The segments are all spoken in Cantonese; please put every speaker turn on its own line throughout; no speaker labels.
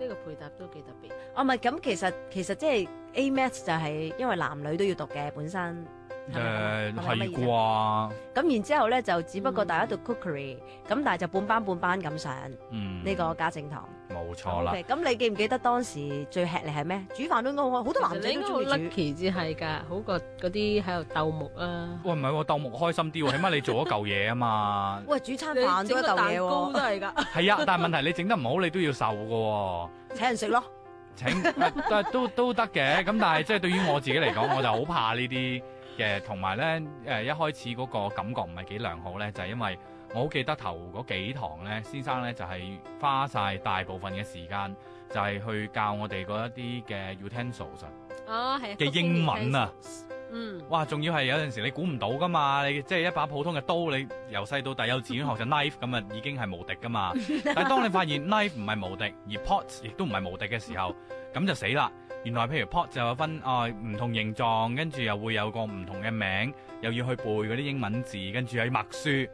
呢個配搭都幾特別。
哦唔係咁，其實其實即係 A Math 就係因為男女都要讀嘅本身。係咪
誒
係咪係咪咁嘅
係
意思
啩？
咁然之後咧就只不過
嗯
大家讀 cookery，咁但係就半班半班咁上
嗯，
呢個家政堂。
冇錯啦。
OK，咁你記唔記得當時最吃力係咩？煮飯都應該好，好多男
其實
仔
你應
都
該
中
好
意煮。。
lucky 至係㗎，好過嗰啲喺度鬥木啊。
喂，唔係喎，鬥木開心啲喎，起碼你做咗嚿嘢啊 嘛
喂，煮餐
你
飯都
整
一
個
嚿
蛋
嘢
糕
喎
都，係㗎，
係啊，但係問題你整得唔好，你都要受嘅喎。
請人食 咯。
請啊都都得嘅，咁但係即係對於我自己嚟講，我就好怕呢啲嘅，同埋咧誒一開始嗰個感覺唔係幾良好咧，就係、因為我好記得頭嗰幾堂咧，先生咧就係、花晒大部分嘅時間，就係、去教我哋嗰一啲嘅 utensils 啊
哦係
嘅英文啊，，
嗯，
哇！仲要係有陣時你估唔到噶嘛，你即係一把普通嘅刀，你由細到大幼稚園學就 knife 咁啊，已經係無敵 噶嘛。但係當你發現 knife 唔係無敵，而 pot 亦都唔係無敵嘅時候，咁就死啦。原來譬如 pot 就有分啊唔、同形狀，跟住又會有個唔同嘅名，又要去背嗰啲英文字，跟住又要默書。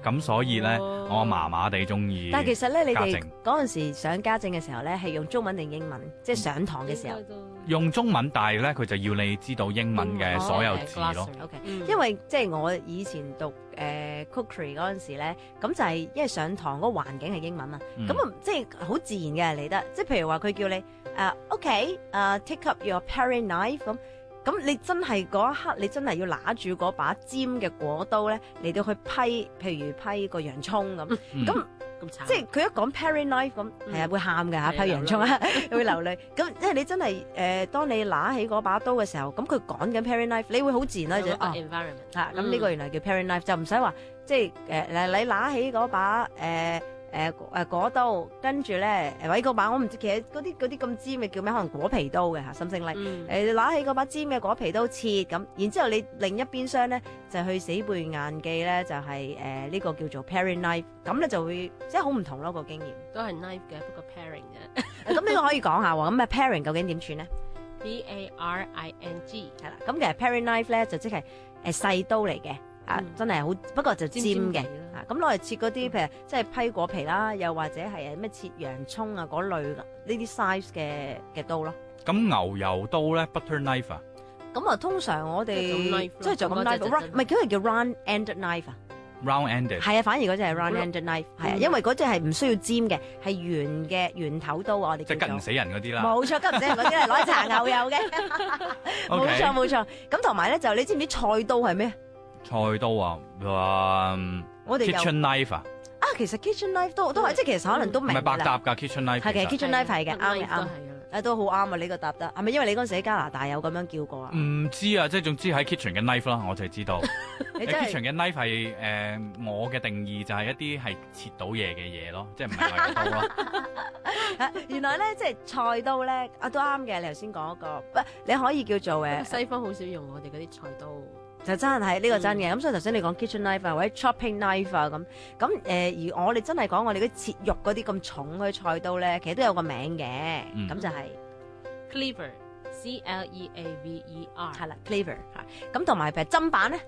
咁所以呢，
哦
我麻麻地中意。
但係其實咧，你
家
哋
政
嗰陣時上家政嘅時候咧，係用中文定英文？即係上堂嘅時候
應。該都
用中文，但係呢，佢就要你知道英文嘅所有
哦
字咯。
Glossary
O K，
嗯
因為即係我以前讀誒 cookery 嗰陣時咧，咁就係因為上堂嗰個環境係英文啊。
嗯
咁啊，即係好自然嘅嚟得，即係譬如話佢叫你誒，OK，誒，take up your paring knife 咁，咁你真係嗰一刻，你真係要拿住嗰把尖嘅果刀咧，嚟到去批，譬如批個洋葱咁，
嗯
咁
咁慘，
即係佢一講 paring knife 咁，
嗯
係啊會喊㗎嚇，
係啊
批洋葱啊 會流淚，咁即係你真係誒，當你拿起嗰把刀嘅時候，咁佢趕緊 paring knife，你會好自然啦
有
就
嗰個
哦。
environment
啊，咁呢
嗯
個原來叫 paring knife，就唔使話即係呃誒嗱，你拿起嗰把誒誒誒果呃刀，跟住咧誒或者嗰把我唔知，其實嗰啲嗰啲咁尖嘅叫咩？可能果皮刀嘅嚇，甚至嚟
嗯
誒拿起嗰把尖嘅果皮刀切咁，然之後你另一邊廂咧就去死背硬記咧，就係誒呢個叫做 paring knife，咁咧就會即係好唔同咯個經驗。
都係 knife 嘅，不過 pairing
咁
嘅
呢個可以講下喎，咁啊 paring 究竟點算咧？
，B A R I N G
係啦，咁其實 paring knife 咧就即係誒細刀嚟嘅，啊
嗯
真係好，不過就尖嘅
尖嗯尖地啦
啊，咁攞嚟切嗰啲譬如即係批果皮啦，又或者係誒咩切洋葱啊嗰類呢啲 size 嘅嘅刀咯。
咁牛油刀呢 b u t t e r knife 啊，
咁啊，通常我
即係做
哋
knife 咯
即係做咁
嗰隻
knife，
就
round- 唔係叫佢叫 round end knife 啊，
round ended。
係啊，反而嗰隻係 round end knife，係啊，
嗯
因為嗰隻係唔需要尖嘅，係圓嘅圓頭刀啊，我哋
即係
叫
吉唔
做。
死人嗰啲啦。
冇錯，吉唔死人嗰啲係攞嚟搽牛油嘅，冇
OK
錯冇錯。咁同埋咧就你知唔知菜刀係咩？
菜刀啊，話嗯
我哋有。
kitchen knife 啊，
啊，其實 kitchen knife 都都係，
嗯
即係其實可能都
唔
明
係
㗎
百
啦。
搭㗎 kitchen knife
係嘅
其實。
，kitchen knife 係嘅，啱嘅
都
啱
係。㗎啦。
誒都好啱啊！呢個答得係咪因為你嗰陣時喺加拿大有咁樣叫過啊？
唔知啊，即係總之喺 kitchen 嘅 knife 啦，我就係知道。
你真係
kitchen 嘅 knife 係誒我嘅定義就係一啲係切到嘢嘅嘢咯，即係唔係牛油刀咯。
啊原來咧，即係菜刀咧啊都啱嘅。你頭先講嗰個，不你可以叫做
不過
誒，
西方好少用我哋嗰啲菜刀，
就真係呢個真嘅。咁所以頭先你講 kitchen knife 啊，或者 chopping knife 啊咁咁誒，而我哋真係講我哋嗰啲切肉嗰啲咁重嗰啲菜刀咧，其實都有個名嘅，
嗯
咁就係
cleaver C L E A V E R
係啦 cleaver 嚇。咁同埋譬如砧板咧，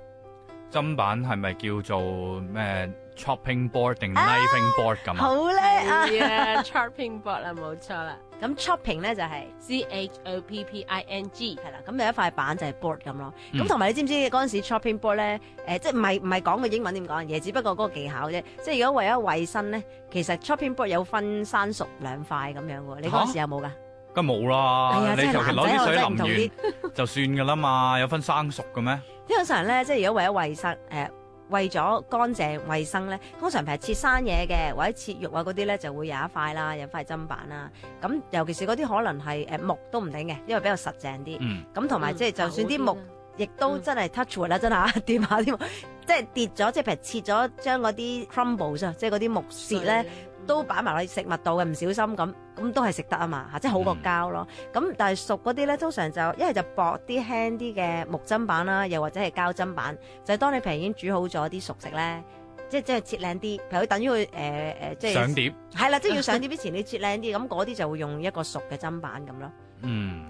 砧板係咪叫做咩 chopping board 定 knifing board 咁啊？
好咧啊！
係啊 chopping board 啦，冇錯啦
咁 chopping 咧就係。
C H O P P I N G
係啦，咁有一塊板就係 board 咁咯。
嗯
咁同埋你知唔知嗰陣時 chopping board 咧？誒、即係唔係唔係講個英文點講嘢，只不過嗰個技巧啫。即係如果為咗衞生咧，其實 chopping board 有分生熟兩塊咁樣嘅喎。你嗰陣時有冇㗎？
梗係冇
係啊
啦，
真
你
係
求其攞
男仔
啲水
我真係唔同
淋完就算㗎啦嘛，有分生熟嘅咩？
因為通常咧，即係如果為咗衞生誒。呃為咗乾淨衞生咧，通常譬如切生嘢嘅或者切肉啊嗰啲咧，就會有一塊啦，有一塊砧板啦。咁尤其是嗰啲可能係誒呃木都唔定嘅，因為比較實淨啲。
嗯，
咁同埋即係就算啲木。亦都
嗯
真係 touch wood 啦，真係 掂下添，即係跌咗，即係譬如切咗，將嗰啲 crumbles 啊，即係嗰啲木屑
嗯
咧，都擺埋落去食物度嘅，唔小心咁，咁都係食得啊嘛，嚇，即係好過
嗯
膠咯。咁但係熟嗰啲咧，通常就一係就薄啲、輕啲嘅木砧板啦，又或者係膠砧板，就係當你譬如已經煮好咗啲熟食咧。即係即係切靚啲，譬如等於佢誒誒，即
上
係
碟，
係啦，即係要上碟之前你切靚啲，咁嗰啲就會用一個熟嘅砧板咁咯。
嗯，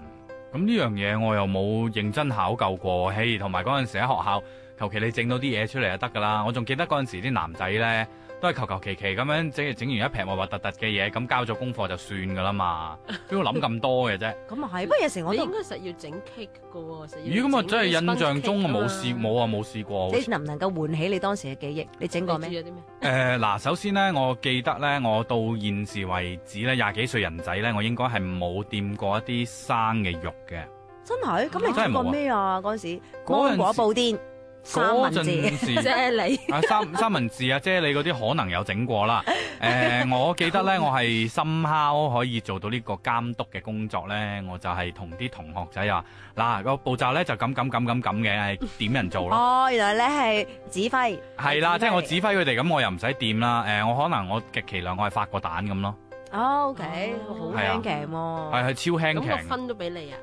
咁呢樣嘢我又冇認真考究過，嘿，同埋嗰陣時喺學校，求其你整到啲嘢出嚟就得㗎啦。我仲記得嗰陣時啲男仔呢，都係求求其其咁樣，即係整完一撇核核突突嘅嘢，咁交咗功課就算噶啦嘛，邊要諗咁多嘅啫？
咁啊係，不過有時我
你
都
應該實要整 cake 嘅喎，實
咦，
要
咁啊
整
真係
嗰啲
印
sponge
象中
cake 㗎
我
嘛
冇試，冇啊冇試過。好
你能唔能夠喚起你當時嘅記憶？你整過
你
咩？
煮咗啲咩？
誒嗱、首先呢，我記得呢，我到現時為止呢，廿幾歲人仔呢，我應該係冇掂過一啲生嘅肉嘅。
真係？咁你
真係
整過
冇啊
咩啊？嗰陣時
嗰陣
芒果
時
布甸三文
嗰
治，
陣時
即係你
啊，三三文治啊，啫喱嗰啲可能有整過啦。誒、我記得呢，我係深烤可以做到呢個監督嘅工作呢，我就係同啲同學仔話：嗱、個步驟呢就咁咁咁咁咁嘅，係點人做咯。
哦，原來你係指揮。
係啦，即係我指
指
揮佢哋，咁我又唔使掂啦。誒、我可能我極其量我係發個蛋咁咯，
哦，OK，好
係啊
輕騎喎。
係係超輕
咁個
強。
分都俾你啊，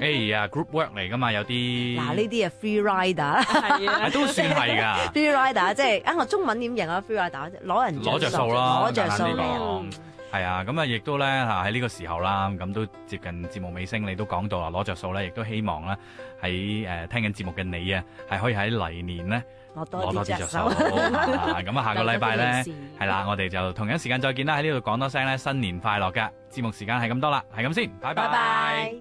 哎呀，group work 嚟噶嘛，有啲
嗱，呢啲啊 free rider
係
啊
啊，
都算係㗎。
free rider 即係啊，我中文點形啊 free rider 啫攞人
攞着數啦
攞着數
簡單啲
啦。
講係啊，咁啊，亦都咧嚇喺呢個時候啦，咁都接近節目尾聲，你都講到啦，攞着數咧，亦都希望咧喺誒聽緊節目嘅你啊，係可以喺嚟年咧
攞
攞
多啲
多啲
着
着數。
手。
啊咁啊，下個禮拜咧係
啦，
啦，我哋就同一時間再見啦，喺呢度講多聲咧，新年快樂嘅節目時間係咁多啦，係咁先，拜
拜拜。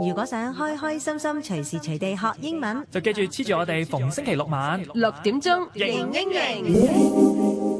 如果想開開心心、隨時隨地學英文，
就記住黐住我哋逢星期六晚
六點鐘
型
英型。